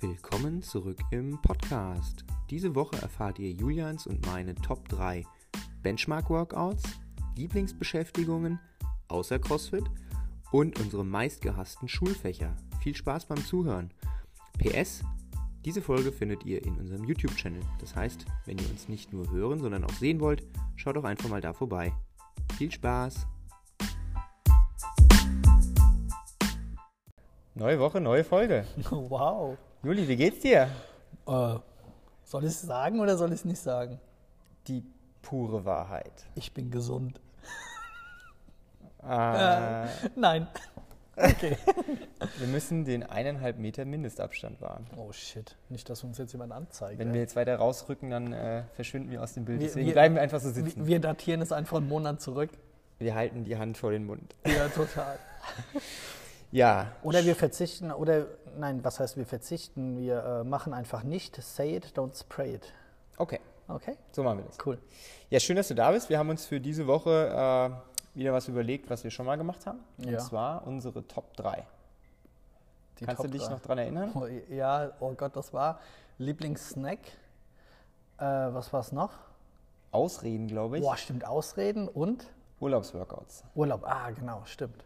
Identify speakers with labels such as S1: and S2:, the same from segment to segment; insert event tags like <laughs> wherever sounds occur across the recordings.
S1: willkommen zurück im Podcast. Diese Woche erfahrt ihr Julians und meine Top 3 Benchmark-Workouts, Lieblingsbeschäftigungen außer CrossFit und unsere meistgehassten Schulfächer. Viel Spaß beim Zuhören. PS, diese Folge findet ihr in unserem YouTube-Channel. Das heißt, wenn ihr uns nicht nur hören, sondern auch sehen wollt, schaut doch einfach mal da vorbei. Viel Spaß! Neue Woche, neue Folge.
S2: <laughs> Wow.
S1: Juli, wie geht's dir?
S2: Äh, soll ich es sagen oder soll ich es nicht sagen?
S1: Die pure Wahrheit.
S2: Ich bin gesund. Äh,
S1: Ah,
S2: Nein.
S1: Wir müssen den eineinhalb Meter Mindestabstand wahren.
S2: Oh shit. Nicht, dass uns jetzt jemand anzeigt.
S1: Wenn wir jetzt weiter rausrücken, dann äh, verschwinden wir aus dem Bild.
S2: Wir-
S1: Deswegen
S2: wir-
S1: bleiben wir einfach so
S2: ey.
S1: sitzen.
S2: wir, wir datieren es einfach einen Monat zurück.
S1: Wir halten die Hand vor den Mund.
S2: Ja, total.
S1: Ja,
S3: <laughs> Oder wir verzichten, oder nein, was heißt wir verzichten? Wir äh, machen einfach nicht say it, don't spray it.
S1: okay.
S3: Okay?
S1: So machen wir das.
S3: Cool.
S1: Ja, schön, dass du da bist. Wir haben uns für diese Woche äh, wieder was überlegt, was wir schon mal gemacht haben.
S2: Ja.
S1: Und zwar unsere Top 3.
S2: Die
S1: Kannst
S2: Top
S1: du dich
S2: drei.
S1: noch dran erinnern?
S2: Oh, <laughs> ja, oh Gott, das war Lieblingssnack.
S3: Äh, was war's noch?
S1: Ausreden, glaube ich.
S3: Boah, stimmt, Ausreden und
S1: Urlaubsworkouts.
S3: Urlaub. Ah, genau, stimmt.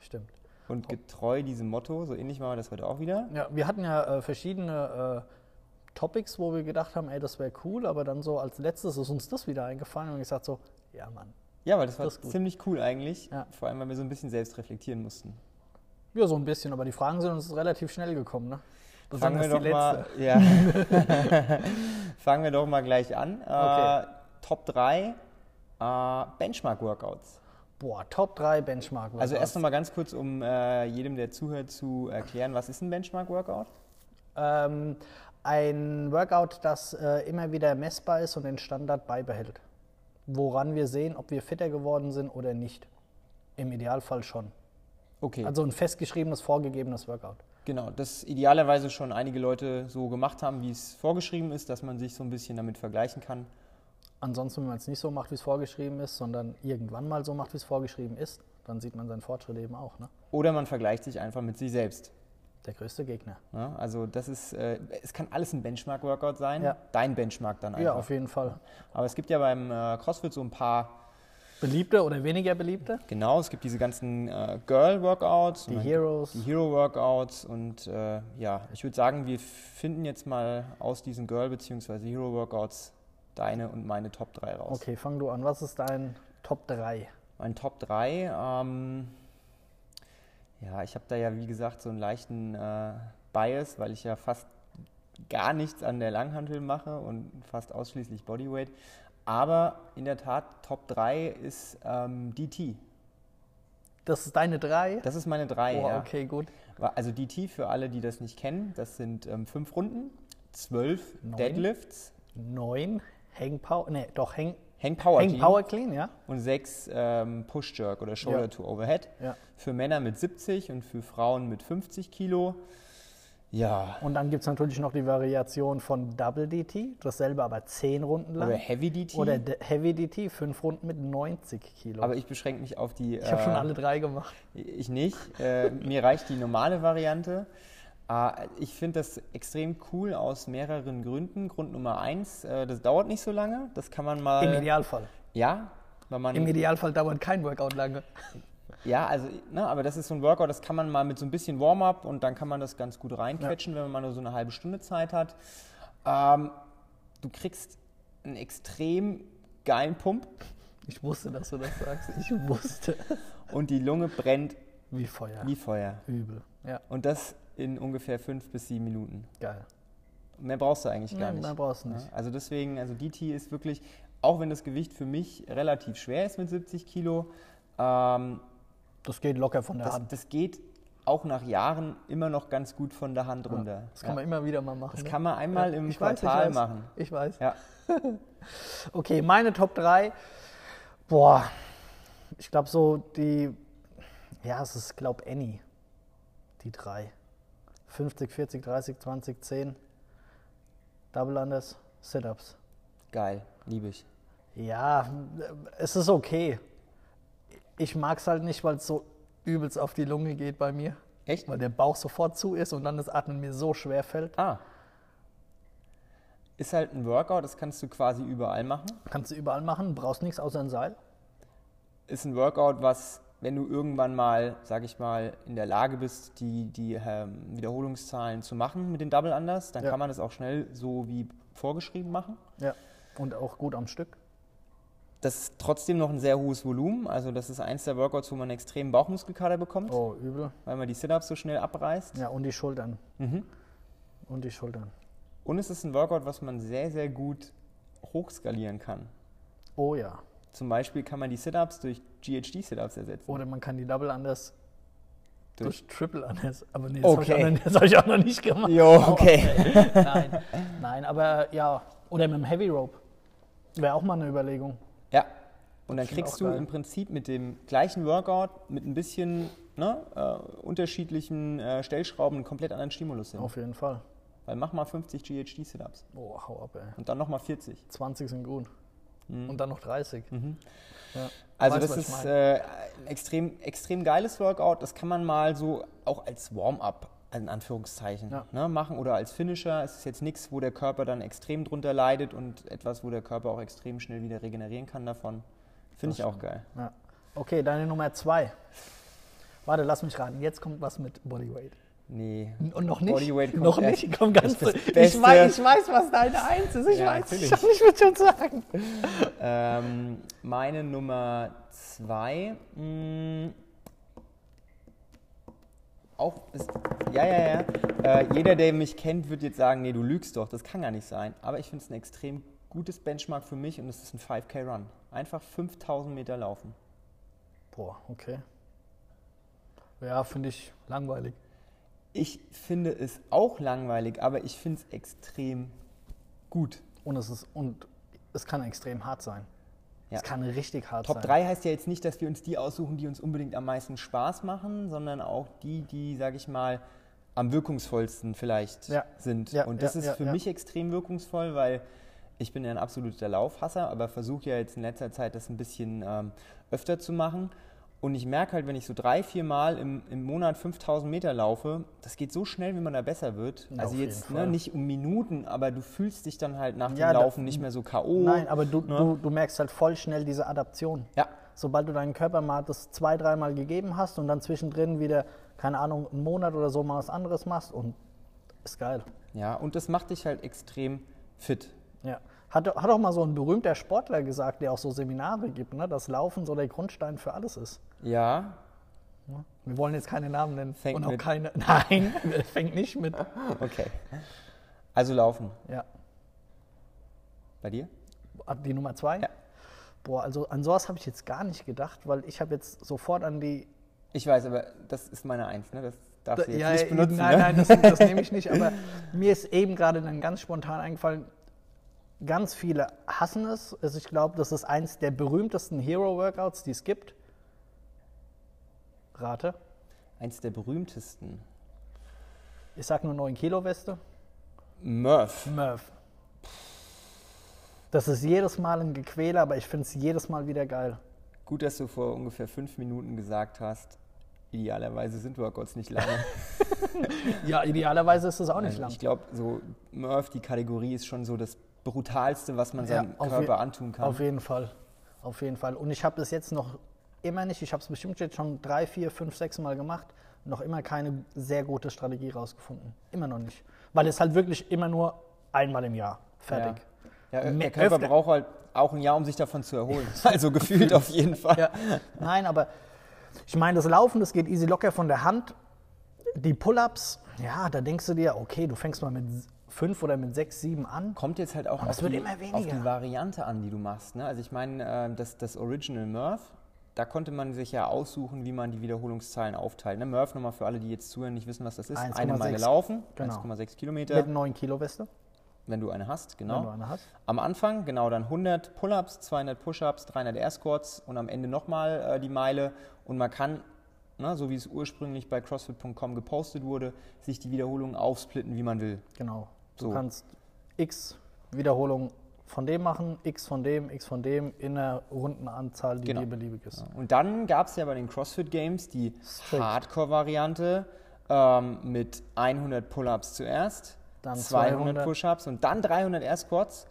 S3: Stimmt. Oh.
S1: Und getreu diesem Motto, so ähnlich machen wir das heute auch wieder.
S3: Ja, wir hatten ja äh, verschiedene äh, Topics, wo wir gedacht haben, ey, das wäre cool, aber dann so als letztes ist uns das wieder eingefallen und gesagt so, ja Mann.
S1: Ja, weil das war
S3: Das ist gut.
S1: ziemlich cool eigentlich.
S3: Ja.
S1: Vor allem, weil wir so ein bisschen selbst reflektieren mussten.
S3: Ja, so ein bisschen, aber die Fragen sind uns relativ schnell gekommen, ne?
S1: Fangen wir,
S3: Besonders
S1: doch
S3: die
S1: mal,
S3: letzte.
S1: ja.
S3: <laughs>
S1: Fangen wir doch mal gleich an. Äh,
S3: Okay.
S1: Top 3 äh, Benchmark-Workouts.
S3: Boah, Top 3 Benchmark.
S1: Also erst nochmal ganz kurz, um äh, jedem, der zuhört, zu erklären, was ist ein Benchmark-Workout?
S3: Ähm, ein Workout, das äh, immer wieder messbar ist und den Standard beibehält. Woran wir sehen, ob wir fitter geworden sind oder nicht. Im Idealfall schon.
S1: Okay,
S3: Also ein festgeschriebenes, vorgegebenes Workout.
S1: genau. Das idealerweise schon einige Leute so gemacht haben, wie es vorgeschrieben ist, dass man sich so ein bisschen damit vergleichen kann.
S3: Ansonsten, wenn man es nicht so macht, wie es vorgeschrieben ist, sondern irgendwann mal so macht, wie es vorgeschrieben ist, dann sieht man seinen Fortschritt eben auch. Ne?
S1: Oder man vergleicht sich einfach mit sich selbst.
S3: Der größte Gegner.
S1: Ne? Also das ist, äh, es kann alles ein Benchmark-Workout sein.
S3: Ja.
S1: Dein Benchmark dann
S3: Ja,
S1: einfach.
S3: auf jeden Fall.
S1: Aber es gibt ja beim äh, CrossFit so ein paar
S3: Beliebte oder weniger beliebte?
S1: Genau, es gibt diese ganzen äh, Girl-Workouts.
S3: Die
S1: und dann
S3: Heroes.
S1: Die Hero-Workouts. Und äh, ja, ich würde sagen, wir finden jetzt mal aus diesen Girl- bzw. Hero-Workouts deine und meine Top 3 raus.
S3: Okay, fang du an. Was ist dein Top 3?
S1: Mein Top 3, ähm, ja, ich habe da ja, wie gesagt, so einen leichten äh, Bias, weil ich ja fast gar nichts an der Langhantel mache und fast ausschließlich Bodyweight. Aber in der Tat, Top 3 ist ähm, DT.
S3: Das ist deine 3?
S1: Das ist meine 3.
S3: oh,
S1: ja.
S3: okay, gut.
S1: Wa- Also DT, für alle, die das nicht kennen, das sind ähm, fünf Runden, zwölf
S3: Neun.
S1: Deadlifts,
S3: 9 Hang Power, nee, doch Hang,
S1: Hang Power,
S3: Hang
S1: Clean
S3: Power Clean, ja?
S1: und sechs ähm, Push Jerk oder Shoulder
S3: Ja.
S1: to Overhead.
S3: Ja.
S1: Für Männer mit 70 und für Frauen mit 50 Kilo. Ja,
S3: Und dann gibt es natürlich noch die Variation von Double DT, dasselbe aber 10 Runden lang.
S1: oder Heavy DT.
S3: Ah. Oder De- Heavy DT, 5 Runden mit 90 Kilo.
S1: aber ich beschränke mich auf die. äh,
S3: ich habe schon alle drei gemacht.
S1: Ich nicht. Äh, mir reicht die normale Variante. Äh, ich finde das extrem cool aus mehreren Gründen. Grund Nummer eins, äh, das dauert nicht so lange. Das kann man mal.
S3: Im Idealfall.
S1: Ja, wenn man.
S3: Im Idealfall dauert kein Workout lange.
S1: Ja, also, ne, aber das ist so ein Workout, das kann man mal mit so ein bisschen Warm-up und dann kann man das ganz gut reinquetschen, wenn man mal nur so eine halbe Stunde Zeit hat. Ähm, du kriegst einen extrem geilen Pump
S3: Ich wusste, dass du das sagst. Ich wusste.
S1: und die Lunge brennt
S3: Wie Feuer.
S1: wie Feuer.
S3: Übel. Ja,
S1: Und das in ungefähr fünf bis sieben Minuten.
S3: geil.
S1: Mehr brauchst du eigentlich gar
S3: Nein,
S1: nicht.
S3: mehr brauchst du
S1: Ja,
S3: nicht.
S1: Also deswegen, also DT ist wirklich, auch wenn das Gewicht für mich relativ schwer ist mit 70 Kilo, ähm,
S3: Das geht locker von der
S1: das,
S3: Hand.
S1: das geht auch nach Jahren immer noch ganz gut von der Hand runter.
S3: Das kann
S1: Ja.
S3: man immer wieder mal machen.
S1: Das
S3: ne?
S1: kann man einmal
S3: Ja,
S1: im
S3: ich weiß, ich
S1: Quartal
S3: weiß.
S1: machen.
S3: Ich weiß.
S1: Ja.
S3: <laughs> Okay, meine Top 3. Boah, ich glaube so die, ja, es ist, glaube Annie, die drei. 50, 40, 30, 20, 10. Double Unders, Sit-Ups.
S1: Geil, liebe ich.
S3: Ja, es ist okay. Ich mag es halt nicht, weil es so übelst auf die Lunge geht bei mir.
S1: Echt?
S3: Weil der Bauch sofort zu ist und dann das Atmen mir so schwer fällt.
S1: Ah, Ist halt ein Workout, das kannst du quasi überall machen.
S3: Kannst du überall machen, brauchst nichts außer ein Seil.
S1: Ist ein Workout, was, wenn du irgendwann mal, sag ich mal, in der Lage bist, die, die ähm, Wiederholungszahlen zu machen mit den Double Unders, dann
S3: Ja.
S1: kann man das auch schnell so wie vorgeschrieben machen.
S3: Ja. Und auch gut am Stück.
S1: Das ist trotzdem noch ein sehr hohes Volumen. Also, das ist eins der Workouts, wo man einen extremen Bauchmuskelkater bekommt,
S3: Oh, übel.
S1: weil man die Sit-Ups so schnell abreißt. Mhm.
S3: Ja, und die Schultern. Und die Schultern.
S1: Und es ist ein Workout, was man sehr, sehr gut hochskalieren kann.
S3: Oh ja.
S1: Zum Beispiel kann man die Sit-Ups durch GHD-Sit-Ups ersetzen.
S3: Oder man kann die Double anders durch, Triple anders. Aber nee, das
S1: Okay.
S3: habe ich, auch noch- das hab ich auch noch
S1: <laughs>
S3: nicht gemacht.
S1: Jo, okay.
S3: Nein. Nein, aber ja. Oder mit dem Heavy Rope. Wäre auch mal eine Überlegung.
S1: Ja. Und dann
S3: Bestimmt
S1: kriegst
S3: auch
S1: du
S3: geil.
S1: im Prinzip mit dem gleichen Workout, mit ein bisschen ne, äh, unterschiedlichen äh, Stellschrauben einen komplett anderen Stimulus hin.
S3: Auf jeden Fall.
S1: Weil mach mal 50 GHD-Sit-Ups
S3: Oh, hau ab, ey.
S1: und dann nochmal 40.
S3: 20 sind gut.
S1: Mhm.
S3: Und dann noch 30. Ja.
S1: Also
S3: Weißt,
S1: das
S3: was ich
S1: ist
S3: meine?
S1: äh, ein extrem, extrem geiles Workout. Das kann man mal so auch als Warm-up in Anführungszeichen
S3: Ja.
S1: ne, machen oder als Finisher. Es ist jetzt nichts, wo der Körper dann extrem drunter leidet und etwas, wo der Körper auch extrem schnell wieder regenerieren kann davon. Finde ich auch geil.
S3: ja. Okay, deine Nummer zwei. Warte, lass mich raten. Jetzt kommt was mit Bodyweight.
S1: Nee.
S3: Und noch nicht.
S1: Bodyweight kommt
S3: noch
S1: erst.
S3: nicht. Komm ganz
S1: Das
S3: zurück.
S1: ist
S3: ich,
S1: das Beste.
S3: weiß, ich weiß, was deine Eins ist. Ich
S1: Ja,
S3: weiß es
S1: natürlich.
S3: schon. Ich würde schon sagen.
S1: Ähm, meine Nummer zwei. Mh, auch ist, ja, ja, ja. Äh, jeder, der mich kennt, wird jetzt sagen, nee, du lügst doch, das kann gar nicht sein. Aber ich finde es ein extrem gutes Benchmark für mich und es ist ein 5K-Run. Einfach 5000 Meter laufen.
S3: Boah, okay. Ja, finde ich langweilig.
S1: Ich finde es auch langweilig, aber ich finde es extrem gut.
S3: Und es ist und es kann extrem hart sein.
S1: Ja.
S3: Es kann richtig hart
S1: Top
S3: sein.
S1: 3 heißt ja jetzt nicht, dass wir uns die aussuchen, die uns unbedingt am meisten Spaß machen, sondern auch die, die, sage ich mal, am wirkungsvollsten vielleicht
S3: Ja.
S1: sind.
S3: Ja,
S1: Und das
S3: ja,
S1: ist
S3: ja,
S1: für
S3: ja.
S1: mich extrem wirkungsvoll, weil ich bin ja ein absoluter Laufhasser, aber versuche ja jetzt in letzter Zeit das ein bisschen ähm, öfter zu machen. Und ich merke halt, wenn ich so drei, vier Mal im, im Monat 5000 Meter laufe, das geht so schnell, wie man da besser wird.
S3: Ja,
S1: also
S3: auf
S1: jetzt
S3: jeden
S1: ne,
S3: Fall.
S1: nicht um Minuten, aber du fühlst dich dann halt nach dem
S3: Ja, da-
S1: Laufen nicht mehr so K.O.
S3: Nein, aber du,
S1: Ne?
S3: du, du merkst halt voll schnell diese Adaption.
S1: Ja.
S3: Sobald du deinen Körper mal das zwei, dreimal gegeben hast und dann zwischendrin wieder, keine Ahnung, einen Monat oder so mal was anderes machst und ist geil.
S1: Ja, und das macht dich halt extrem fit.
S3: Ja. Hat, hat auch mal so ein berühmter Sportler gesagt, der auch so Seminare gibt, ne, dass Laufen so der Grundstein für alles ist.
S1: Ja,
S3: Wir wollen jetzt keine Namen nennen
S1: Fängt
S3: und auch
S1: mit.
S3: keine. <laughs> Nein, fängt nicht mit.
S1: okay. Also laufen.
S3: Ja.
S1: Bei dir?
S3: Ab Die Nummer zwei?
S1: Ja.
S3: Boah, also an sowas habe ich jetzt gar nicht gedacht, weil ich habe jetzt sofort an die.
S1: Ich weiß, aber das ist meine Eins, ne? Das darfst du jetzt
S3: Ja,
S1: nicht benutzen.
S3: nein,
S1: ne?
S3: nein, das, das nehme ich <laughs> nicht, aber mir ist eben gerade dann ganz spontan eingefallen, ganz viele hassen es. Also ich glaube, das ist eins der berühmtesten Hero-Workouts, die es gibt. Rate.
S1: Eins der berühmtesten.
S3: Ich sag nur 9 Kilo Weste.
S1: Murph.
S3: Murph. Das ist jedes Mal ein Gequäle, aber ich finde es jedes Mal wieder geil.
S1: Gut, dass du vor ungefähr fünf Minuten gesagt hast, idealerweise sind Workouts
S3: <laughs>
S1: nicht lange.
S3: Ja, idealerweise ist es auch nicht
S1: Also
S3: lang.
S1: ich glaube, so Murph, die Kategorie ist schon so das Brutalste, was man seinem
S3: auf je-
S1: Körper antun kann.
S3: Auf jeden Fall. Auf jeden Fall. Und ich habe das jetzt noch immer nicht, ich habe es bestimmt jetzt schon drei, vier, fünf, sechs Mal gemacht, noch immer keine sehr gute Strategie rausgefunden. Immer noch nicht. Weil es halt wirklich immer nur einmal im Jahr. Fertig.
S1: Ja. Ja,
S3: Mehr
S1: der Körper
S3: Öfter.
S1: braucht halt auch ein Jahr, um sich davon
S3: <laughs>
S1: zu erholen. Also gefühlt auf jeden Fall.
S3: Ja. <laughs> Nein, aber ich meine, das Laufen, das geht easy locker von der Hand. Die Pull-ups, ja, da denkst du dir, okay, du fängst mal mit fünf oder mit sechs, sieben an.
S1: Kommt jetzt halt auch
S3: Aber
S1: auf
S3: es wird
S1: die,
S3: immer
S1: auf
S3: weniger.
S1: die Variante an, die du machst. Ne? Also ich meine, äh, das, das Original Murph, da konnte man sich ja aussuchen, wie man die Wiederholungszahlen aufteilt. Ne? Murph nochmal für alle, die jetzt zuhören, nicht wissen, was das ist.
S3: 1,6.
S1: eine Mal gelaufen,
S3: Genau.
S1: 1,6
S3: Mit
S1: Kilometer,
S3: 9 Kilo Weste,
S1: wenn du eine hast,
S3: wenn
S1: genau.
S3: du eine hast.
S1: Am Anfang, genau, dann 100 Pull-Ups, 200 Push-Ups, 300 Air Squats und am Ende nochmal äh, die Meile. Und man kann, ne, so wie es ursprünglich bei CrossFit.com gepostet wurde, sich die Wiederholungen aufsplitten, wie man will.
S3: Genau. Du
S1: So.
S3: kannst x Wiederholungen von dem machen, x von dem, x von dem in einer runden Anzahl, die
S1: Genau.
S3: dir beliebig ist.
S1: Und dann gab es ja bei den CrossFit Games die
S3: Strict.
S1: Hardcore-Variante ähm, mit 100 Pull-ups zuerst,
S3: Dann
S1: 200
S3: 200.
S1: Push-Ups und dann 300 Air Squats.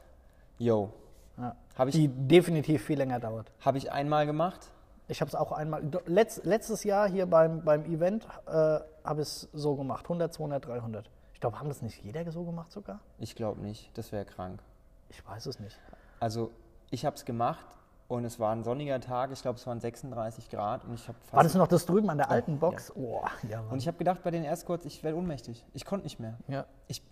S1: Yo,
S3: Ja.
S1: habe ich,
S3: Die definitiv viel länger dauert.
S1: hab ich einmal gemacht.
S3: Ich habe es auch einmal, do- letz, letztes Jahr hier beim, beim Event äh, habe ich es so gemacht, 100, 200, 300. Ich glaube, haben das nicht jeder so gemacht sogar?
S1: Ich glaube nicht, das wäre krank.
S3: Ich weiß es nicht.
S1: Also ich habe es gemacht und es war ein sonniger Tag, ich glaube es waren 36 Grad und ich habe
S3: War das noch das drüben an der alten Box? Oh, Also ja,
S1: Und
S3: Mann.
S1: ich habe gedacht bei den Escorts, ich werde ohnmächtig. Ich konnte nicht mehr.
S3: ja.
S1: Ich,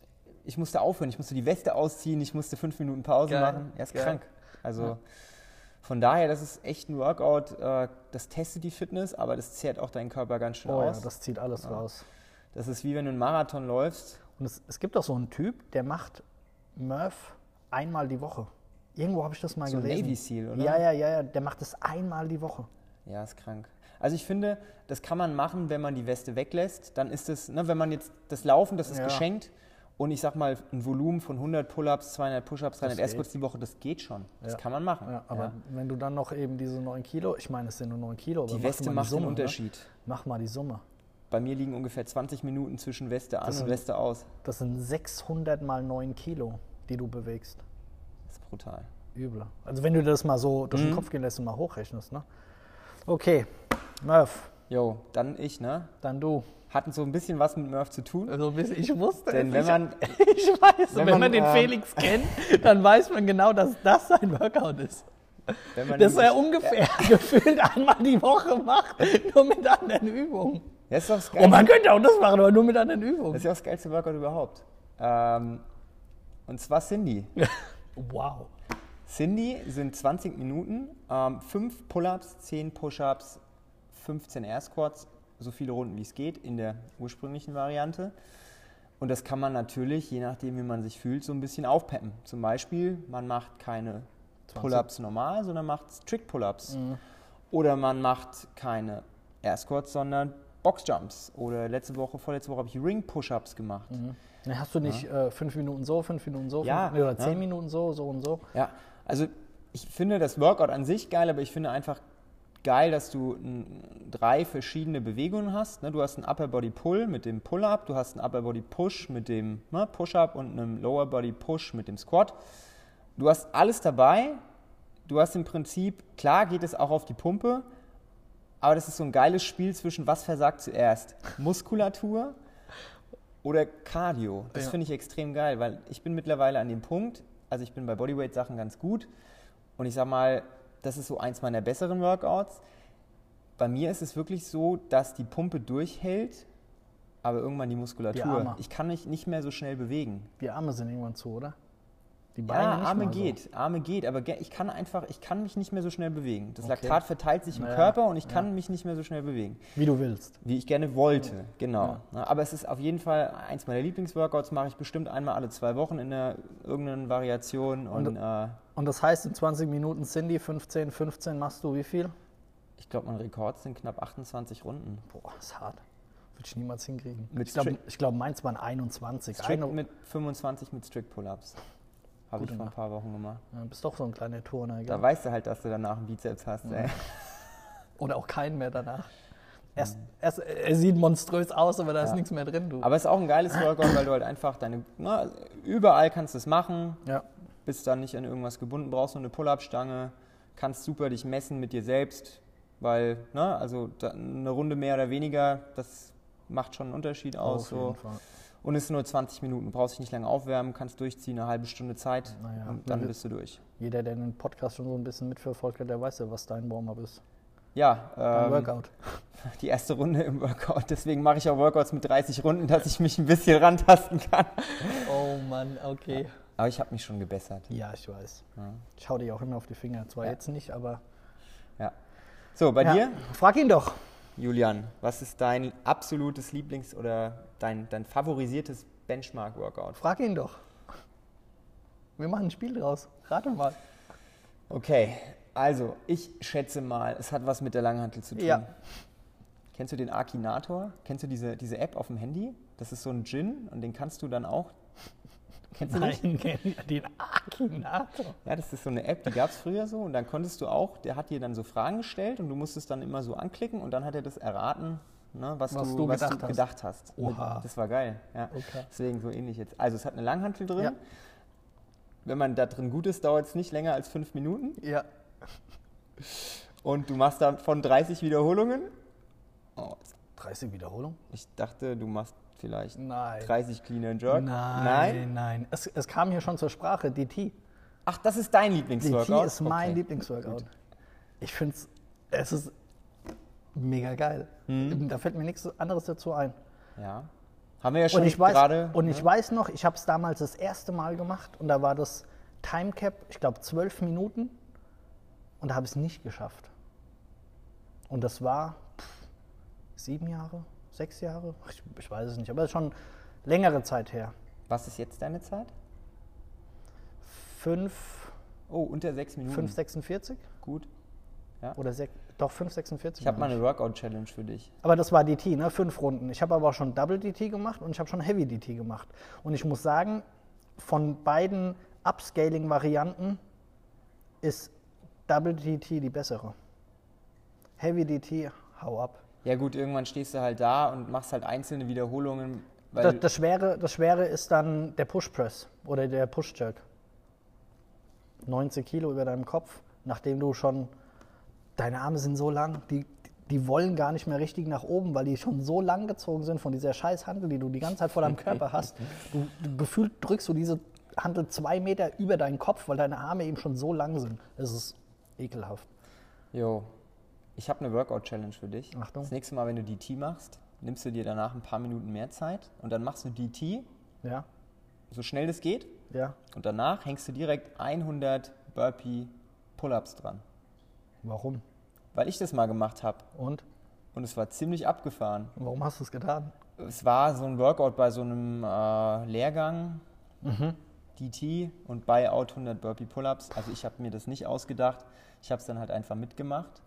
S1: ich musste aufhören, ich musste die Weste ausziehen, ich musste fünf Minuten Pause
S4: Geil,
S1: machen. Er ist
S4: geil.
S1: krank. Also von daher, das ist echt ein Workout, äh, das testet die Fitness, aber das zehrt auch deinen Körper ganz schön
S3: Oh ja,
S1: aus.
S3: das zieht alles raus.
S1: das ist wie wenn du einen Marathon läufst
S3: Und es, es gibt auch so einen Typ, der macht Murph einmal die Woche. Irgendwo habe ich das mal
S1: So ein
S3: gelesen.
S1: Navy Seal, oder?
S3: Ja, ja, ja, ja. Der macht das einmal die Woche.
S1: Ja, ist krank. Also ich finde, das kann man machen, wenn man die Weste weglässt. Dann ist es, ne, wenn man jetzt das Laufen, das ist
S3: Ja.
S1: geschenkt. Und ich sag mal, ein Volumen von 100 Pull-Ups, 200 Push-Ups, 300 Escorts die Woche, das geht schon. Das
S3: Ja.
S1: kann man machen.
S3: Ja, aber
S1: Ja.
S3: wenn du dann noch eben diese 9 Kilo, ich meine, es sind nur 9 Kilo, aber
S1: Die
S3: mach
S1: Weste
S3: mal
S1: macht
S3: Summe,
S1: den
S3: ne?
S1: Unterschied.
S3: Mach mal die Summe.
S1: Bei mir liegen ungefähr 20 Minuten zwischen Weste an
S3: Das
S1: und
S3: sind-
S1: Weste aus.
S3: Das sind 600 mal 9 Kilo, die du bewegst.
S1: Das ist brutal.
S3: Übel. Also wenn du das mal so durch den Kopf gehen lässt und mal hochrechnest, ne? Okay, Murph,
S1: Jo, dann ich, ne?
S3: dann du.
S1: Hatten so ein bisschen was mit Murph zu tun.
S4: Also ein bisschen- ich wusste
S1: Denn
S4: es.
S1: wenn
S4: ich,
S1: man,
S4: <laughs> ich weiß,
S1: wenn
S4: wenn,
S1: man,
S4: man, den
S1: ähm,
S4: Felix kennt, dann weiß man genau, dass das sein Workout ist.
S1: wenn man
S4: Das
S1: nämlich-
S4: er ungefähr <laughs> gefühlt einmal die Woche macht, nur mit anderen Übungen.
S1: das ist doch das
S4: Oh,
S1: Geilste.
S4: man könnte auch das machen, aber nur mit anderen
S1: Das
S4: Übungen.
S1: ist ja das geilste Workout überhaupt. Ähm, und zwar Cindy.
S4: Wow.
S1: Cindy sind 20 Minuten, ähm, 5 Pull-ups, 10 Push-ups, 15 Air Squats, so viele Runden wie es geht in der ursprünglichen Variante. Und das kann man natürlich, je nachdem wie man sich fühlt, so ein bisschen aufpeppen. Zum Beispiel, man macht keine
S3: 20.
S1: Pull-ups normal, sondern macht Trick Pull-ups.
S4: Mhm.
S1: Oder man macht keine Air Squats, sondern Boxjumps. Oder letzte Woche, vorletzte Woche habe ich Ring Push-ups gemacht.
S3: Dann hast du nicht äh, fünf Minuten so, fünf Minuten so,
S1: Ja,
S3: fünf, nee, oder
S1: ne?
S3: zehn Minuten so, so und so.
S1: Ja, also ich finde das Workout an sich geil, aber ich finde einfach geil, dass du n, drei verschiedene Bewegungen hast. ne? Du hast einen Upper Body Pull mit dem Pull-Up, du hast einen Upper Body Push mit dem ne, Push-Up und einen Lower Body Push mit dem Squat. Du hast alles dabei. Du hast im Prinzip, klar geht es auch auf die Pumpe, aber das ist so ein geiles Spiel zwischen was versagt zuerst? Muskulatur oder Cardio. Das finde ich extrem geil, weil ich bin mittlerweile an dem Punkt, also ich bin bei Bodyweight-Sachen ganz gut und ich sag mal, das ist so eins meiner besseren Workouts. Bei mir ist es wirklich so, dass die Pumpe durchhält, aber irgendwann die Muskulatur.
S3: Arme.
S1: ich kann mich nicht mehr so schnell bewegen.
S3: Die Arme sind irgendwann zu, oder? Die
S1: Ja,
S3: nicht
S1: Arme
S3: mal so.
S1: geht, Arme geht, aber ge- ich kann einfach, ich kann mich nicht mehr so schnell bewegen. Das
S3: Okay.
S1: Laktat verteilt sich im
S3: Ja,
S1: Körper und ich kann mich nicht mehr so schnell bewegen,
S3: Wie du willst.
S1: wie ich gerne wollte. Genau. Na, Aber es ist auf jeden Fall eins meiner Lieblingsworkouts. Mache ich bestimmt einmal alle zwei Wochen in einer irgendeiner Variation und, äh,
S3: Und das heißt, in 20 Minuten Cindy, 15, 15 machst du wie viel?
S1: ich glaube, mein Rekord sind knapp 28 Runden.
S3: Boah, ist hart. Würde ich niemals hinkriegen.
S1: Mit
S3: ich glaube,
S1: Stri-
S3: glaub, meins waren 21.
S1: Strict
S3: Eine-
S1: mit 25 mit Strict Pull-ups habe ich vor ein paar Wochen gemacht.
S3: Ja, bist doch so ein kleiner Turner.
S1: Da
S3: Gell?
S1: weißt du halt, dass du danach einen Bizeps hast. Ey.
S4: Oder auch keinen mehr danach.
S1: Mhm.
S4: Erst, erst, er sieht monströs aus, aber da ist nichts mehr drin, du.
S1: Aber es ist auch ein geiles Workout, weil du halt einfach deine, na, überall kannst du es machen.
S3: Ja.
S1: bist dann nicht an irgendwas gebunden, brauchst nur eine Pull-Up-Stange, kannst super dich messen mit dir selbst, weil, ne, also da, eine Runde mehr oder weniger, das macht schon einen Unterschied aus.
S3: Auf jeden
S1: So.
S3: Fall.
S1: Und es sind nur 20 Minuten, brauchst dich nicht lange aufwärmen, kannst durchziehen, eine halbe Stunde Zeit
S3: Naja,
S1: und dann
S3: wir-
S1: bist du durch.
S3: Jeder, der den Podcast schon so ein bisschen mitverfolgt hat, der weiß ja, was dein Warm-up ist. Dein
S1: Ja, ähm,
S3: Workout.
S1: die erste Runde im Workout, deswegen mache ich auch Workouts mit 30 Runden, dass ich mich ein bisschen rantasten kann.
S4: Oh Mann, okay.
S1: Aber ich habe mich schon gebessert.
S3: Ja, ich weiß. Ich hau dir auch immer auf die Finger. Zwar jetzt nicht, aber.
S1: Ja. So, bei
S3: Ja.
S1: dir?
S3: Frag ihn doch.
S1: Julian, was ist dein absolutes Lieblings- oder dein, dein favorisiertes Benchmark-Workout?
S3: Frag ihn doch.
S4: Wir machen ein Spiel draus. Rate mal.
S1: Okay, also ich schätze mal, es hat was mit der Langhantel zu tun.
S4: Ja.
S1: Kennst du den Akinator? Kennst du diese, diese App auf dem Handy? Das ist so ein Gin und den kannst du dann auch. Kennst du nicht?
S3: <laughs>
S4: Nein, kenn- den Akinator.
S1: Ja, das ist so eine App, die gab es früher so und dann konntest du auch, der hat dir dann so Fragen gestellt und du musstest dann immer so anklicken und dann hat er das erraten,
S2: ne? was,
S1: Was
S2: du,
S1: du
S2: was
S1: gedacht
S2: du
S1: hast.
S2: gedacht hast.
S1: Oha.
S2: Das war geil. Ja.
S1: Okay.
S2: Deswegen so ähnlich jetzt. Also es hat eine Langhantel drin.
S1: Ja.
S2: Wenn man da drin gut ist, dauert es nicht länger als fünf Minuten.
S1: Ja.
S2: Und du machst davon 30 Wiederholungen. Oh,
S3: 30 Wiederholung?
S2: ich dachte, du machst vielleicht
S1: Nein.
S2: 30 Clean and Jerk. Nein.
S1: Nein, nein.
S3: Es, es kam hier schon zur Sprache, DT.
S2: Ach, das ist dein
S3: DT
S2: Lieblingsworkout?
S3: ist mein
S2: Okay.
S3: Lieblingsworkout. Ich finde es, es ist mega geil.
S2: Hm?
S3: Da fällt mir nichts anderes dazu ein.
S2: Ja. Haben wir ja schon
S3: Und ich weiß,
S2: gerade. ne?
S3: und ich weiß noch, ich habe es damals das erste Mal gemacht und da war das Time Cap, ich glaube, zwölf Minuten und da habe ich es nicht geschafft. Und das war pff, sieben Jahre, sechs Jahre, ich, ich weiß es nicht, aber schon längere Zeit her.
S2: Was ist jetzt deine Zeit?
S3: Fünf,
S2: Oh, unter sechs Minuten.
S3: 5,46
S2: Gut.
S3: oder sech, doch 5,46.
S2: Ich habe mal
S3: meine
S2: eine Workout-Challenge für dich.
S3: Aber das war DT, ne? Fünf Runden. Ich habe aber auch schon Double DT gemacht und ich habe schon Heavy DT gemacht. Und ich muss sagen, von beiden Upscaling-Varianten ist Double DT die bessere. Heavy DT, hau ab.
S2: Ja, gut, irgendwann stehst du halt da und machst halt einzelne Wiederholungen. Weil
S3: Das, das, Schwere, das Schwere ist dann der Push Press oder der Push Jerk. 90 Kilo über deinem Kopf, nachdem du schon, deine Arme sind so lang, die, die wollen gar nicht mehr richtig nach oben, weil die schon so lang gezogen sind von dieser scheiß Handel, die du die ganze Zeit vor deinem Körper hast. Du, du gefühlt drückst du diese Handel zwei Meter über deinen Kopf, weil deine Arme eben schon so lang sind. Das ist ekelhaft.
S2: Jo, ich habe eine Workout-Challenge für dich.
S3: Achtung.
S2: Das nächste Mal, wenn du DT machst, nimmst du dir danach ein paar Minuten mehr Zeit und dann machst du DT,
S3: Ja,
S2: so schnell das geht,
S3: ja.
S2: und danach hängst du direkt 100 Burpee Pull-Ups dran.
S3: Warum?
S2: Weil ich das mal gemacht habe
S3: Und?
S2: und es war ziemlich abgefahren.
S3: Warum hast du es getan?
S2: Es war so ein Workout bei so einem äh, Lehrgang, Mhm. DT und Buyout 100 Burpee Pull-Ups. Also ich habe mir das nicht ausgedacht, ich habe es dann halt einfach mitgemacht.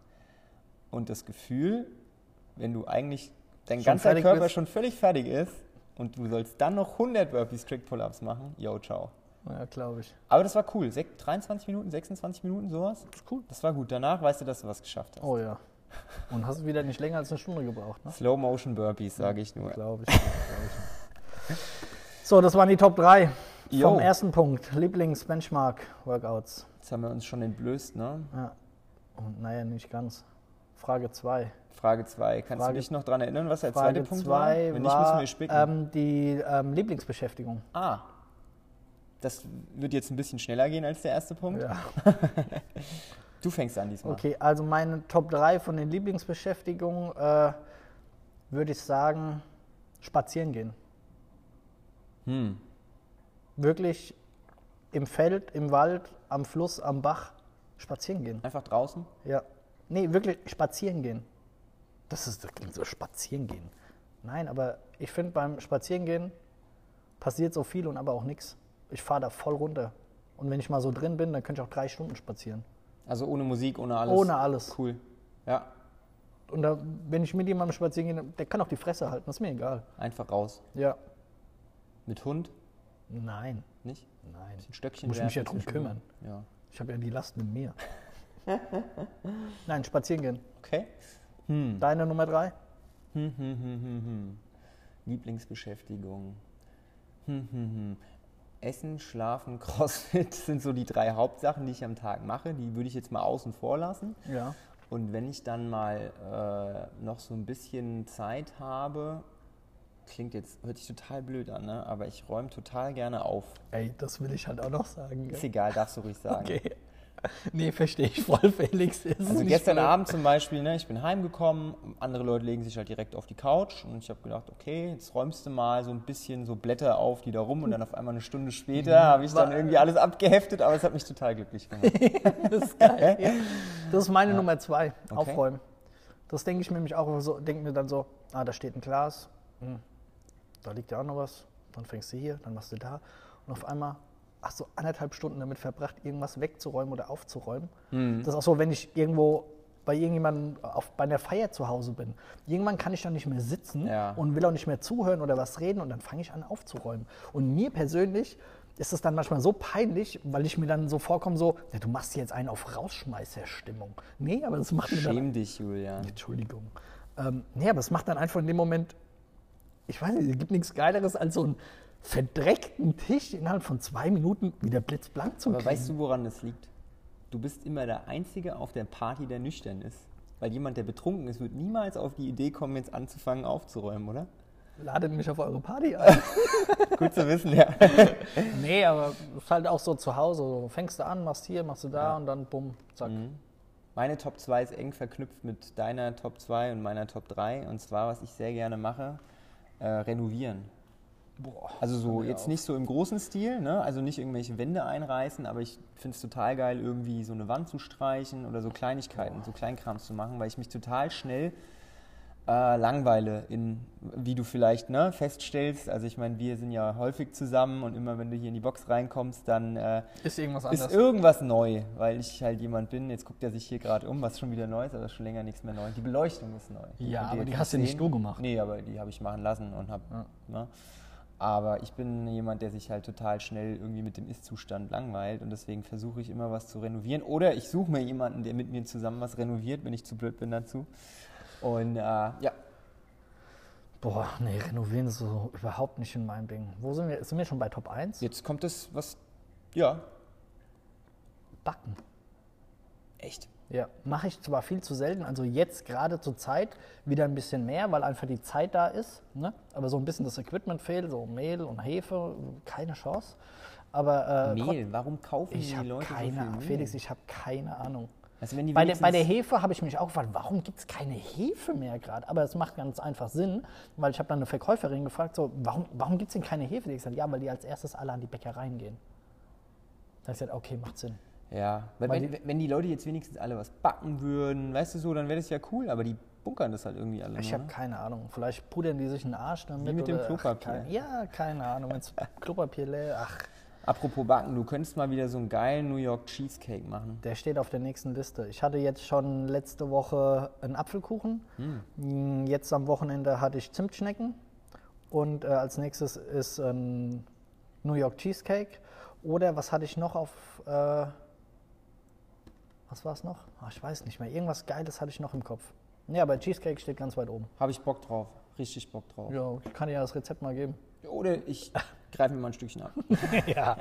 S2: Und das Gefühl, wenn du eigentlich dein
S3: Schon
S2: ganzer
S3: fertig
S2: Körper
S3: bist.
S2: schon völlig fertig ist und du sollst dann noch 100 Burpee Strict Pull-Ups machen, yo, ciao.
S3: Ja, glaube ich.
S2: Aber das war cool. Sech- 23 Minuten, 26 Minuten, sowas.
S3: Ist cool.
S2: Das war gut. Danach weißt du, dass du was geschafft hast.
S3: Oh ja. Und hast wieder nicht länger als eine Stunde gebraucht, ne?
S2: Slow Motion Burpees, sage ich nur.
S3: Glaube ich. <laughs> so, das waren die Top 3
S2: Jo.
S3: vom ersten Punkt. Lieblings-Benchmark-Workouts.
S2: Jetzt haben wir uns schon entblößt, ne?
S3: Ja. Und naja, nicht ganz. Frage 2.
S2: Frage 2. Kannst
S3: Frage-
S2: du dich noch daran erinnern, was der
S3: Frage
S2: zweite Punkt war?
S3: 2
S2: Wenn nicht, müssen
S3: war
S2: wir spicken.
S3: ähm, die ähm, Lieblingsbeschäftigung.
S2: ah. Das wird jetzt ein bisschen schneller gehen als der erste Punkt.
S3: Ja.
S2: <laughs> Du fängst an diesmal.
S3: Okay, also meine Top 3 von den Lieblingsbeschäftigungen äh, würde ich sagen, spazieren gehen.
S2: Hm.
S3: Wirklich im Feld, im Wald, am Fluss, am Bach spazieren gehen.
S2: Einfach draußen.
S3: Ja. Nee, wirklich spazieren gehen. Das ist das klingt so spazieren gehen. Nein, aber ich finde beim Spazierengehen passiert so viel und aber auch nichts. Ich fahre da voll runter. Und wenn ich mal so drin bin, dann könnte ich auch drei Stunden spazieren.
S2: Also ohne Musik, ohne alles.
S3: Ohne alles.
S2: Cool. Ja,
S3: Und da, wenn ich mit jemandem spazieren gehe, der kann auch die Fresse halten, ist mir egal.
S2: einfach raus.
S3: Ja.
S2: Mit Hund,
S3: Nein,
S2: nicht?
S3: nein.
S2: Ein Stöckchen
S3: Muss ich mich ja
S2: werfen
S3: drum
S2: zwischendurch.
S3: kümmern.
S2: Ja.
S3: Ich habe ja die Last mit
S2: <laughs>
S3: mir. nein, spazieren gehen.
S2: Okay.
S3: Deine Nummer drei?
S2: Hm, hm, hm, hm, hm. Lieblingsbeschäftigung. Hm, hm, hm. Essen, Schlafen, <laughs> Crossfit sind so die drei Hauptsachen, die ich am Tag mache. Die würde ich jetzt mal außen vor lassen.
S3: Ja.
S2: Und wenn ich dann mal äh, noch so ein bisschen Zeit habe, klingt jetzt, hört sich total blöd an, ne? aber ich räume total gerne auf.
S1: Ey, das will ich halt auch noch sagen.
S2: Ist
S1: Gell?
S2: egal, darfst du ruhig sagen.
S3: <laughs>
S1: Okay. Nee, verstehe ich voll, Felix. Es Ist
S2: Also
S1: nicht
S2: gestern
S1: blöd.
S2: Abend zum Beispiel, ne, ich bin heimgekommen, andere Leute legen sich halt direkt auf die Couch und ich habe gedacht, okay, jetzt räumst du mal so ein bisschen so Blätter auf, die da rum und dann auf einmal eine Stunde später
S3: Mhm.
S2: habe ich dann irgendwie alles abgeheftet, aber es hat mich total glücklich gemacht.
S1: Das ist geil.
S3: Das ist meine Nummer zwei,
S2: Okay.
S3: aufräumen. Das denke ich mir nämlich auch so, denke mir dann so, ah, da steht ein Glas, hm, da liegt ja auch noch was, dann fängst du hier, dann machst du da und auf einmal hast du anderthalb Stunden damit verbracht, irgendwas wegzuräumen oder aufzuräumen. Das ist auch so, wenn ich irgendwo bei irgendjemandem auf, bei einer Feier zu Hause bin. Irgendwann kann ich dann nicht mehr sitzen
S2: Ja.
S3: und will auch nicht mehr zuhören oder was reden und dann fange ich an aufzuräumen. Und mir persönlich ist es dann manchmal so peinlich, weil ich mir dann so vorkomme, so, ja, du machst hier jetzt einen auf Rausschmeißerstimmung. Nee, aber das macht mir dann
S2: Schäm dich, Julian.
S3: Entschuldigung.
S4: Ähm, nee, aber es macht dann einfach in dem Moment, ich weiß nicht, es gibt nichts Geileres als so einen verdreckten Tisch innerhalb von zwei Minuten wieder blitzblank zu
S1: Aber
S4: kriegen.
S1: weißt du, woran das liegt? Du bist immer der Einzige auf der Party, der nüchtern ist. Weil jemand, der betrunken ist, wird niemals auf die Idee kommen, jetzt anzufangen aufzuräumen, oder?
S4: Ladet mich auf eure <laughs> Party ein.
S1: Gut zu wissen, ja.
S4: nee, aber es ist halt auch so zu Hause. So. Fängst du an, machst hier, machst du da und dann bumm, zack.
S1: Meine Top 2 ist eng verknüpft mit deiner Top 2 und meiner Top 3. Und zwar, was ich sehr gerne mache, äh, renovieren.
S4: Boah.
S1: Also so jetzt nicht so im großen Stil, ne? also nicht irgendwelche Wände einreißen, aber ich finde es total geil, irgendwie so eine Wand zu streichen oder so Kleinigkeiten, so Kleinkrams zu machen, weil ich mich total schnell äh, langweile, in, wie du vielleicht ne, feststellst. Also ich meine, wir sind ja häufig zusammen und immer wenn du hier in die Box reinkommst, dann äh,
S4: Ist irgendwas
S1: ist
S4: anderes.
S1: irgendwas neu, weil ich halt jemand bin. Jetzt guckt er sich hier gerade um, was schon wieder neu ist, aber schon länger nichts mehr neu. Die Beleuchtung ist neu.
S4: Ja,
S1: Könnt ihr
S4: aber
S1: jetzt
S4: die hast du nicht du gemacht.
S1: Nee, aber die habe ich machen lassen und habe.
S4: Ja.
S1: Ne? Aber ich bin jemand, der sich halt total schnell irgendwie mit dem Ist-Zustand langweilt und deswegen versuche ich immer was zu renovieren. Oder ich suche mir jemanden, der mit mir zusammen was renoviert, wenn ich zu blöd bin dazu. Und äh, ja,
S3: Boah, nee, renovieren ist so überhaupt nicht in meinem Ding. Wo sind wir? Sind wir schon bei Top 1?
S1: jetzt kommt das, was. Ja.
S3: Backen.
S1: Echt?
S3: Ja, mache ich zwar viel zu selten, also jetzt gerade zur Zeit wieder ein bisschen mehr, weil einfach die Zeit da ist, ne? aber so ein bisschen das Equipment fehlt, so Mehl und Hefe, keine Chance. Aber äh, trot-
S1: Mehl, warum kaufen
S3: ich
S1: die
S3: habe
S1: Leute
S3: keine
S1: so
S3: Ahnung,
S1: viel Mehl?
S3: Felix, ich habe keine Ahnung.
S1: Also wenn die
S3: Bei der, bei der
S1: wenigstens-
S3: Hefe habe ich mich auch gefragt, warum gibt es keine Hefe mehr gerade? Aber es macht ganz einfach Sinn, weil ich habe dann eine Verkäuferin gefragt, so, warum, warum gibt es denn keine Hefe? Die hat gesagt, ja, weil die als erstes alle an die Bäckereien gehen. Da habe ich gesagt, okay, macht Sinn.
S1: Ja, <laughs> weil
S3: Weil
S1: wenn, wenn die Leute jetzt wenigstens alle was backen würden, weißt du so, dann wäre das ja cool, aber die bunkern das halt irgendwie alle. <laughs>
S3: Ich
S1: nur,
S3: habe
S1: ne?
S3: keine Ahnung. Vielleicht pudern die sich einen Arsch damit.
S1: Wie mit dem
S3: oder-
S1: Klopapier.
S3: Ach, kein, ja, keine Ahnung.
S1: <laughs>
S3: Wenn Klopapier leer, ach,
S1: Apropos backen, du könntest mal wieder so einen geilen New York Cheesecake machen.
S3: der steht auf der nächsten Liste. Ich hatte jetzt schon letzte Woche einen Apfelkuchen.
S1: Hm.
S3: Mm, Jetzt am Wochenende hatte ich Zimtschnecken. Und äh, als nächstes ist ähm, New York Cheesecake. Oder was hatte ich noch auf. Äh, was war es noch? Ah, ich weiß nicht mehr. Irgendwas Geiles hatte ich noch im Kopf. Ja, aber Cheesecake steht ganz weit oben.
S1: Habe ich Bock drauf, richtig Bock drauf.
S3: Ja, ich kann dir ja das Rezept mal
S1: <laughs>
S3: geben.
S1: Oder ich greife mir mal ein Stückchen ab.
S3: Ja.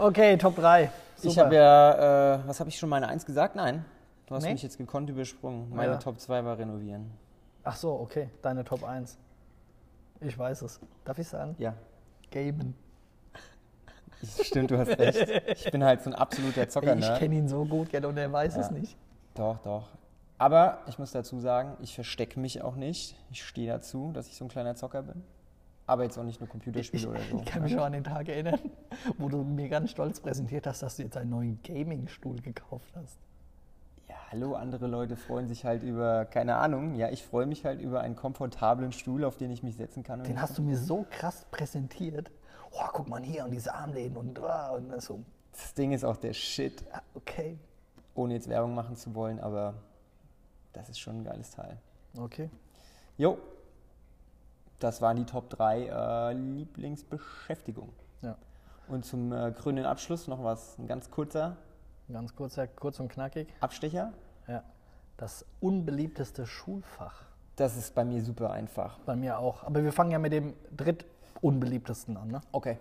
S3: Okay, Top 3.
S1: Ich habe ja, äh, was habe ich schon, meine Eins gesagt? Nein, du hast
S3: Nee.
S1: mich jetzt gekonnt übersprungen. Meine
S3: Ja.
S1: Top 2 war renovieren.
S3: Ach so, okay, deine Top 1. Ich weiß es. Darf ich sagen?
S1: Ja,
S3: Gamen.
S1: ich, stimmt, du hast recht. Ich bin halt so ein absoluter Zocker,
S4: Ey, ich
S1: ne?
S4: kenne ihn so gut, gell, und er weiß es nicht.
S1: Doch, doch. Aber ich muss dazu sagen, ich verstecke mich auch nicht. Ich stehe dazu, dass ich so ein kleiner Zocker bin. Aber jetzt auch nicht nur Computerspiele oder
S3: <laughs>
S1: so.
S4: Ich kann mich noch an den Tag erinnern, wo du mir ganz stolz präsentiert hast, dass du jetzt einen neuen Gaming-Stuhl gekauft hast.
S1: Ja, hallo, andere Leute freuen sich halt über, keine Ahnung. Ja, ich freue mich halt über einen komfortablen Stuhl, auf den ich mich setzen kann. wenn
S3: Genau.
S4: Den
S1: ich-
S4: hast du mir so krass präsentiert. Oh, guck mal hier und diese Armlehnen und, ah, und das so.
S1: Das Ding ist auch der Shit.
S4: Ah, Okay.
S1: Ohne jetzt Werbung machen zu wollen, aber das ist schon ein geiles Teil.
S3: Okay.
S1: Jo, das waren die Top 3 äh, Lieblingsbeschäftigung.
S3: Ja.
S1: Und zum äh, grünen Abschluss noch was, ein ganz kurzer
S3: Ganz kurz, ja, kurz und knackig.
S1: Abstecher.
S3: Ja. Das unbeliebteste Schulfach.
S1: Das ist bei mir super einfach.
S3: Bei mir auch. Aber wir fangen ja mit dem drittunbeliebtesten an, ne?
S1: Okay.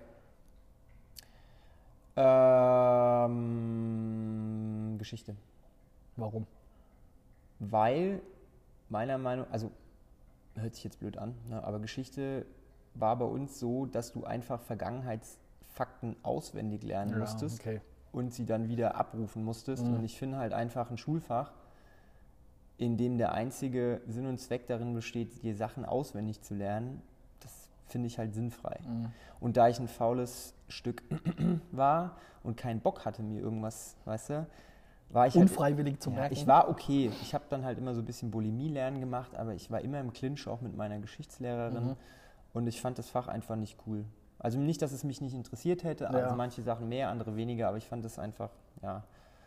S1: Ähm, Geschichte.
S3: Warum?
S1: Weil meiner Meinung, also hört sich jetzt blöd an, ne, aber Geschichte war bei uns so, dass du einfach Vergangenheitsfakten auswendig lernen musstest
S3: okay.
S1: und sie dann wieder abrufen musstest. Und ich finde halt einfach ein Schulfach, in dem der einzige Sinn und Zweck darin besteht, dir Sachen auswendig zu lernen, das finde ich halt sinnfrei. Und da ich ein faules Stück <clears throat> war und keinen Bock hatte, mir irgendwas, weißt du, war ich halt-
S4: Unfreiwillig zu
S1: ja,
S4: merken.
S1: ich war okay. Ich habe dann halt immer so ein bisschen Bulimie-Lernen gemacht, aber ich war immer im Clinch auch mit meiner Geschichtslehrerin und ich fand das Fach einfach nicht cool. Also nicht, dass es mich nicht interessiert hätte, also manche Sachen mehr, andere weniger, aber ich fand es einfach, ja.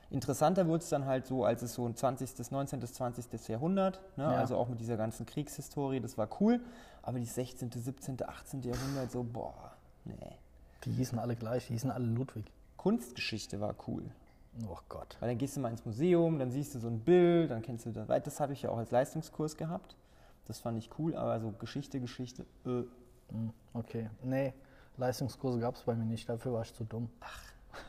S1: Interessanter wurde es dann halt so, als es so ein 20., 19., 20. Jahrhundert, ne? also auch mit dieser ganzen Kriegshistorie, das war cool, aber die 16., 17., 18. Jahrhundert, so, boah, nee.
S3: Die hießen alle gleich, die hießen alle Ludwig.
S1: Kunstgeschichte war cool.
S3: Oh Gott.
S1: Weil dann gehst du mal ins Museum, dann siehst du so ein Bild, dann kennst du das. Das habe ich ja auch als Leistungskurs gehabt. Das fand ich cool, aber so Geschichte, Geschichte, äh,
S3: Okay. Nee, Leistungskurse gab es bei mir nicht, dafür war ich zu dumm. Ach. <laughs>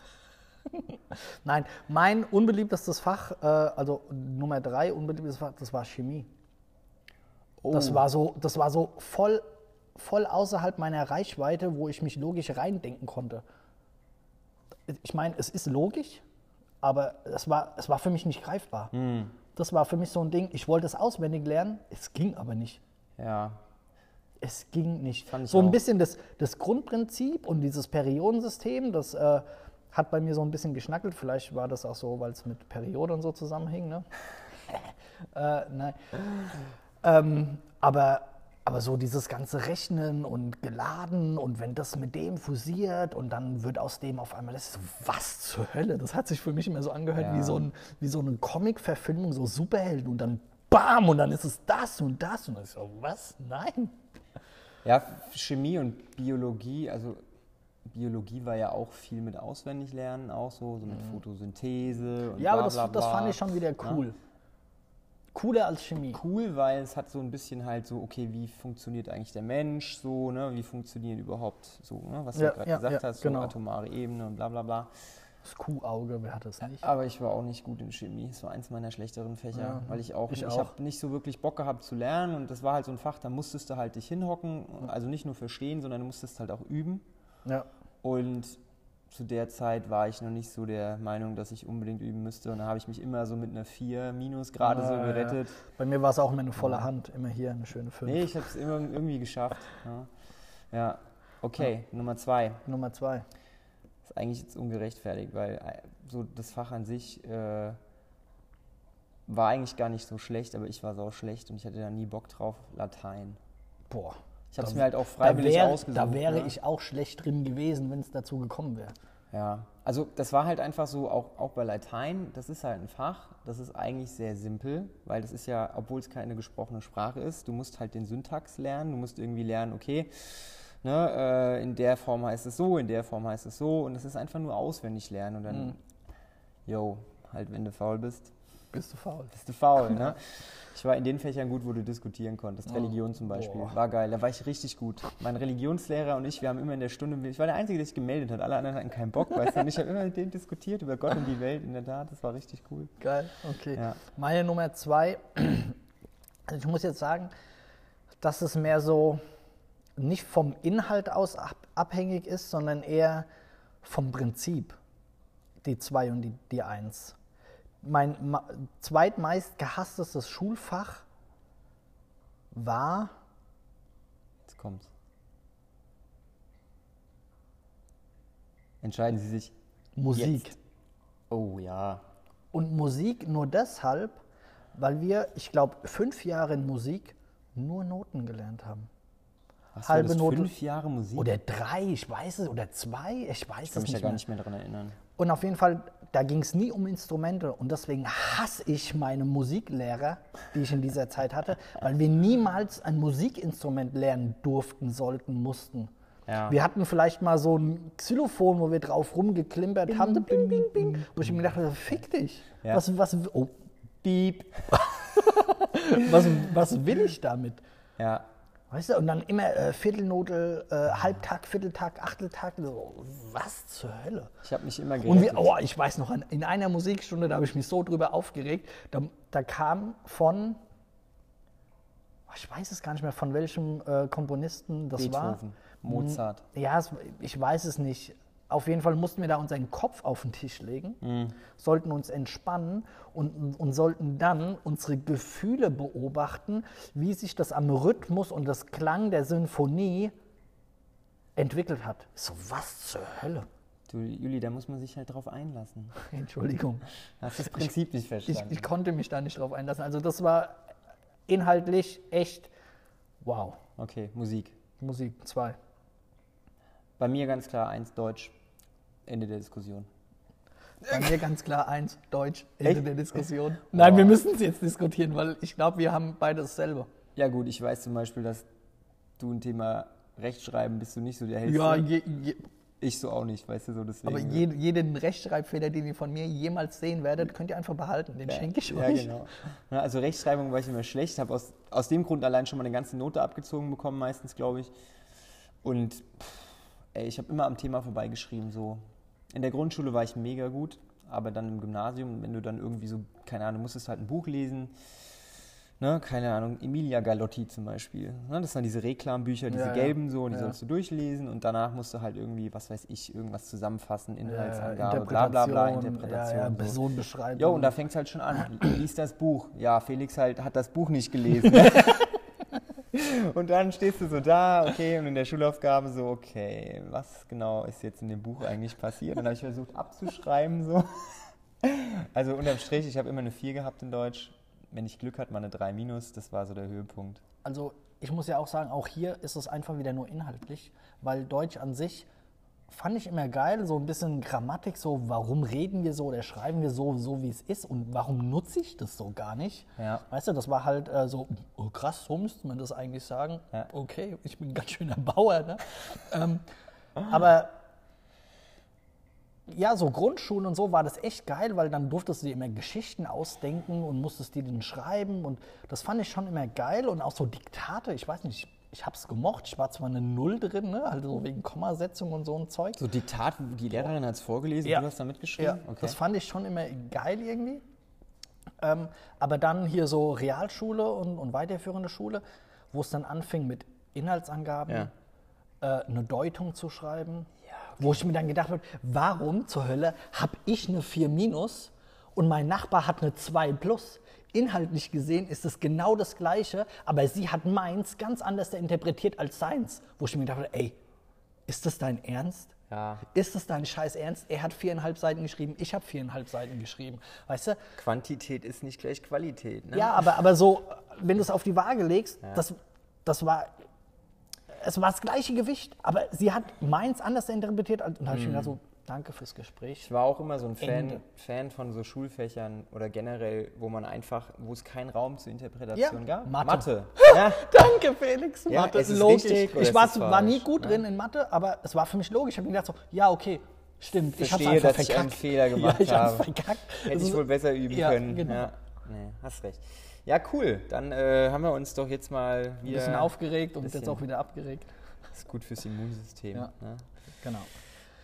S3: Nein, mein unbeliebtestes Fach, äh, also Nummer drei unbeliebtes Fach, das war Chemie. Das war so, das war so voll, voll außerhalb meiner Reichweite, wo ich mich logisch reindenken konnte. Ich meine, es ist logisch, aber es war, es war für mich nicht greifbar. Das war für mich so ein Ding, ich wollte es auswendig lernen, es ging aber nicht.
S1: ja,
S3: Es ging nicht.
S1: Fand ich
S3: so ein
S1: auch.
S3: bisschen das, das Grundprinzip und dieses Periodensystem, das äh, hat bei mir so ein bisschen geschnackelt. Vielleicht war das auch so, weil es mit Periode und so zusammenhing. Ne? <laughs> äh, nein. Ähm, aber, aber so dieses ganze Rechnen und Geladen und wenn das mit dem fusiert und dann wird aus dem auf einmal, das ist so, was zur Hölle. Das hat sich für mich immer so angehört wie,
S1: Ja.
S3: so ein, wie so eine Comic-Verfilmung, so Superhelden und dann bam und dann ist es das und das und dann ist so, was? Nein.
S1: Ja, Chemie und Biologie, also Biologie war ja auch viel mit auswendig lernen, auch so, so mit Photosynthese und
S3: Mhm. Ja, aber
S1: bla,
S3: das,
S1: bla,
S3: das fand
S1: bla.
S3: ich schon wieder cool. Cooler als Chemie.
S1: cool, weil es hat so ein bisschen halt so, okay, wie funktioniert eigentlich der Mensch so, ne? Wie funktionieren überhaupt so, ne? Was
S3: Ja,
S1: du gerade
S3: ja,
S1: gesagt
S3: ja,
S1: hast, so
S3: genau.
S1: atomare Ebene und bla bla bla.
S3: Das Kuhauge, wer hat das nicht?
S1: Aber ich war auch nicht gut in Chemie. Es war eins meiner schlechteren Fächer, weil ich auch,
S3: ich
S1: ich,
S3: auch.
S1: habe nicht so wirklich Bock gehabt zu lernen und das war halt so ein Fach, da musstest du halt dich hinhocken, also nicht nur verstehen, sondern du musstest halt auch üben.
S3: Ja.
S1: Und zu der Zeit war ich noch nicht so der Meinung, dass ich unbedingt üben müsste. Und da habe ich mich immer so mit einer 4 minus gerade
S3: Ah,
S1: so gerettet.
S3: Bei mir war es auch immer eine volle Hand, immer hier eine schöne 5.
S1: Nee, ich habe es immer irgendwie geschafft. Ja, ja. okay,
S3: Ah.
S1: Nummer zwei.
S3: Nummer 2.
S1: Ist eigentlich jetzt ungerechtfertigt, weil äh, so das Fach an sich äh, war eigentlich gar nicht so schlecht, aber ich war sau schlecht und ich hatte da nie Bock drauf. Latein.
S3: Boah.
S1: Ich habe es
S3: Da-
S1: mir halt auch
S3: Da,
S1: freiwillig
S3: wär,
S1: ausgesucht.
S3: da wäre
S1: ne?
S3: ich auch schlecht drin gewesen, wenn es dazu gekommen wäre.
S1: Ja, also das war halt einfach so, auch, auch bei Latein, das ist halt ein Fach, das ist eigentlich sehr simpel, weil das ist ja, obwohl es keine gesprochene Sprache ist, du musst halt den Syntax lernen, du musst irgendwie lernen, okay, ne, äh, in der Form heißt es so, in der Form heißt es so und es ist einfach nur auswendig lernen und dann, yo, halt wenn du faul bist,
S3: Bist du faul?
S1: bist du
S3: <laughs>
S1: faul, ne? Ich war in den Fächern gut, wo du diskutieren
S3: Oh,
S1: konntest. Religion zum Beispiel. War geil, da war ich richtig gut. Mein Religionslehrer und ich, wir haben immer in der Stunde, ich war der Einzige, der sich gemeldet hat. Alle anderen hatten keinen Bock, weißt du? Und ich habe immer mit denen diskutiert über Gott und die Welt, in der Tat. Das war richtig cool.
S3: Geil, okay.
S1: Ja.
S3: Meine Nummer zwei, also ich muss jetzt sagen, dass es mehr so nicht vom Inhalt aus ab abhängig ist, sondern eher vom Prinzip. Die zwei und die, die eins. Mein ma zweitmeist gehasstes Schulfach war
S1: Jetzt kommt's. Entscheiden Sie sich.
S3: Musik.
S1: Jetzt. Oh ja.
S3: Und Musik nur deshalb, weil wir, ich glaube, fünf Jahre in Musik nur Noten gelernt haben.
S1: Was
S3: Halbe
S1: war das,
S3: Note.
S1: fünf Jahre Musik?
S3: Oder drei, ich weiß es, oder zwei, ich weiß
S1: ich
S3: es
S1: kann mich da
S3: nicht,
S1: gar
S3: mehr.
S1: nicht mehr dran erinnern.
S3: Und auf jeden Fall, da ging es nie um Instrumente. Und deswegen hasse ich meine Musiklehrer, die ich in dieser Zeit hatte, weil wir niemals ein Musikinstrument lernen durften, sollten, mussten.
S1: Ja.
S3: Wir hatten vielleicht mal so ein Xylophon, wo wir drauf rumgeklimpert haben, so bing, bing, bing, wo ich mir gedacht habe, fick dich.
S1: Ja.
S3: Was, was, oh,
S1: <laughs>
S3: piep. was, was will ich damit?
S1: Ja.
S3: Weißt du, und dann immer äh, Viertelnote, äh, Halbtag, Vierteltag, Achteltag. So, was zur Hölle?
S1: Ich habe mich immer
S3: Und wir,
S1: gerettet.
S3: oh, ich weiß noch, an- in einer Musikstunde, da habe ich mich so drüber aufgeregt, da, da kam von, oh, ich weiß es gar nicht mehr, von welchem äh, Komponisten das Hm.
S1: Beethoven, Mozart.
S3: war. Ja, es, ich weiß es nicht. Auf jeden Fall mussten wir da unseren Kopf auf den Tisch legen, sollten uns entspannen und, und sollten dann unsere Gefühle beobachten, wie sich das am Rhythmus und das Klang der Sinfonie entwickelt hat. So, was zur Hölle?
S1: Du, Juli, da muss man sich halt drauf einlassen.
S3: <laughs> Entschuldigung.
S1: Hast das Prinzip nicht
S3: ich,
S1: verstanden?
S3: ich konnte mich da nicht drauf einlassen. Also das war inhaltlich echt wow.
S1: okay, Musik.
S3: Musik 2.
S1: Bei mir ganz klar eins Deutsch. Ende der Diskussion.
S3: Bei mir ganz klar eins, Deutsch, Ende
S1: Echt?
S3: der Diskussion. Nein, wir müssen es jetzt diskutieren, weil ich glaube, wir haben beide dasselbe.
S1: Ja gut, ich weiß zum Beispiel, dass du ein Thema Rechtschreiben bist du nicht so der Hellste.
S3: Ja, je, je,
S1: Ich so auch nicht, weißt du, so deswegen.
S4: Aber jed, jeden Rechtschreibfehler, den ihr von mir jemals sehen werdet, könnt ihr einfach behalten. Den
S1: Ja,
S4: schenke ich
S1: ja,
S4: euch.
S1: Genau. Na, also Rechtschreibung war ich immer schlecht, habe aus, aus dem Grund allein schon mal eine ganze Note abgezogen bekommen, meistens, glaube ich. Und pff, ey, ich habe immer am Thema vorbeigeschrieben. So. In der Grundschule war ich mega gut, aber dann im Gymnasium, wenn du dann irgendwie so, keine Ahnung, musstest halt ein Buch lesen. Ne, keine Ahnung, Emilia Galotti zum Beispiel. Ne, das sind diese Reklambücher, diese
S4: Ja, ja.
S1: gelben so, und die
S4: Ja.
S1: sollst du durchlesen und danach musst du halt irgendwie, was weiß ich, irgendwas zusammenfassen, Inhaltsangabe,
S4: Interpretation,
S1: Äh, bla bla bla, Interpretation.
S4: Ja, ja,
S1: so.
S4: Personenbeschreibung.
S1: Jo, und da fängt es halt schon an. Lies das Buch. Ja, Felix halt hat das Buch nicht <laughs> gelesen. und dann stehst du so da, okay, und in der Schulaufgabe so, okay, was genau ist jetzt in dem Buch eigentlich passiert? Und dann habe ich versucht abzuschreiben so. Also unterm Strich, ich habe immer eine 4 gehabt in Deutsch. Wenn ich Glück hatte, mal eine 3 minus. Das war so der Höhepunkt.
S3: Also ich muss ja auch sagen, auch hier ist es einfach wieder nur inhaltlich, weil Deutsch an sich fand ich immer geil, so ein bisschen Grammatik, so warum reden wir so oder schreiben wir so, so wie es ist und warum nutze ich das so gar nicht.
S1: Ja.
S3: Weißt du, das war halt äh, so, oh krass, so müsste man das eigentlich sagen.
S1: Ja.
S3: Okay, ich bin ein ganz schöner Bauer. Ne? <laughs> ähm, aber ja, so Grundschulen und so war das echt geil, weil dann durftest du dir immer Geschichten ausdenken und musstest die dann schreiben und das fand ich schon immer geil und auch so Diktate, ich weiß nicht, ich hab's gemocht, ich war zwar eine Null drin, ne, also so wegen Kommasetzung und so ein Zeug.
S1: So Diktat, die Lehrerin hat es vorgelesen,
S3: Ja.
S1: du hast da mitgeschrieben?
S3: Ja,
S1: Okay.
S3: das fand ich schon immer geil irgendwie. Ähm, aber dann hier so Realschule und, und weiterführende Schule, wo es dann anfing mit Inhaltsangaben,
S1: Ja.
S3: äh, eine Deutung zu schreiben, wo ich mir dann gedacht habe, warum zur Hölle habe ich eine 4 minus und mein Nachbar hat eine 2 plus? Inhaltlich gesehen ist es genau das Gleiche, aber sie hat meins ganz anders interpretiert als seins, wo ich mir gedacht habe, ey, ist das dein Ernst?
S1: Ja.
S3: Ist das dein Scheiß Ernst? Er hat viereinhalb Seiten geschrieben, ich habe viereinhalb Seiten geschrieben. Weißt du?
S1: Quantität ist nicht gleich Qualität. Ne?
S3: Ja, aber, aber so, wenn du es auf die Waage legst, das, das war. Es war das gleiche Gewicht, aber sie hat meins anders interpretiert. als- Und da habe ich mir gedacht,
S1: Hm.
S3: so, danke fürs Gespräch.
S1: Ich war auch immer so ein Fan,
S3: Ende.
S1: Fan von so Schulfächern oder generell, wo man einfach, wo es keinen Raum zur Interpretation
S3: Ja,
S1: gab.
S3: Mathe. <laughs>
S1: Ja,
S3: Danke, Felix.
S1: Ja,
S3: Mathe,
S1: es ist
S3: logisch.
S1: richtig oder
S3: ich
S1: es
S3: war,
S1: ist
S3: war nie
S1: falsch,
S3: gut drin in Mathe, aber es war für mich logisch. Ich habe mir gedacht, so, ja, okay, stimmt. ich
S1: Verstehe,
S3: habe
S1: dass ich
S3: <laughs>
S1: einen Fehler gemacht
S3: ja, ich hab's
S1: habe.
S3: <laughs> verkackt.
S1: hätte
S3: Es
S1: ich
S3: ist-
S1: wohl besser üben
S3: ja,
S1: können.
S3: Genau.
S1: Ja, nee, hast recht. Ja, cool. Dann äh, haben wir uns doch jetzt mal
S3: Ein
S1: wieder.
S3: bisschen aufgeregt und jetzt
S1: bisschen.
S3: auch wieder abgeregt.
S1: Ist gut fürs Immunsystem.
S3: Ja.
S1: Ne?
S3: Genau.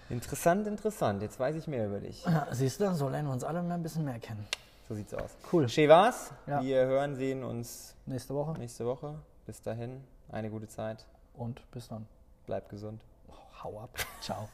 S1: Interessant, interessant. Jetzt weiß ich mehr über dich.
S3: Siehst du, so lernen wir uns alle mal ein bisschen mehr kennen.
S1: So sieht's aus.
S3: Cool.
S1: Schön war's.
S3: Ja.
S1: Wir hören, sehen uns
S3: Nächste Woche
S1: nächste Woche. Bis dahin, eine gute Zeit.
S3: und bis dann.
S1: Bleib gesund.
S3: Hau ab. Ciao.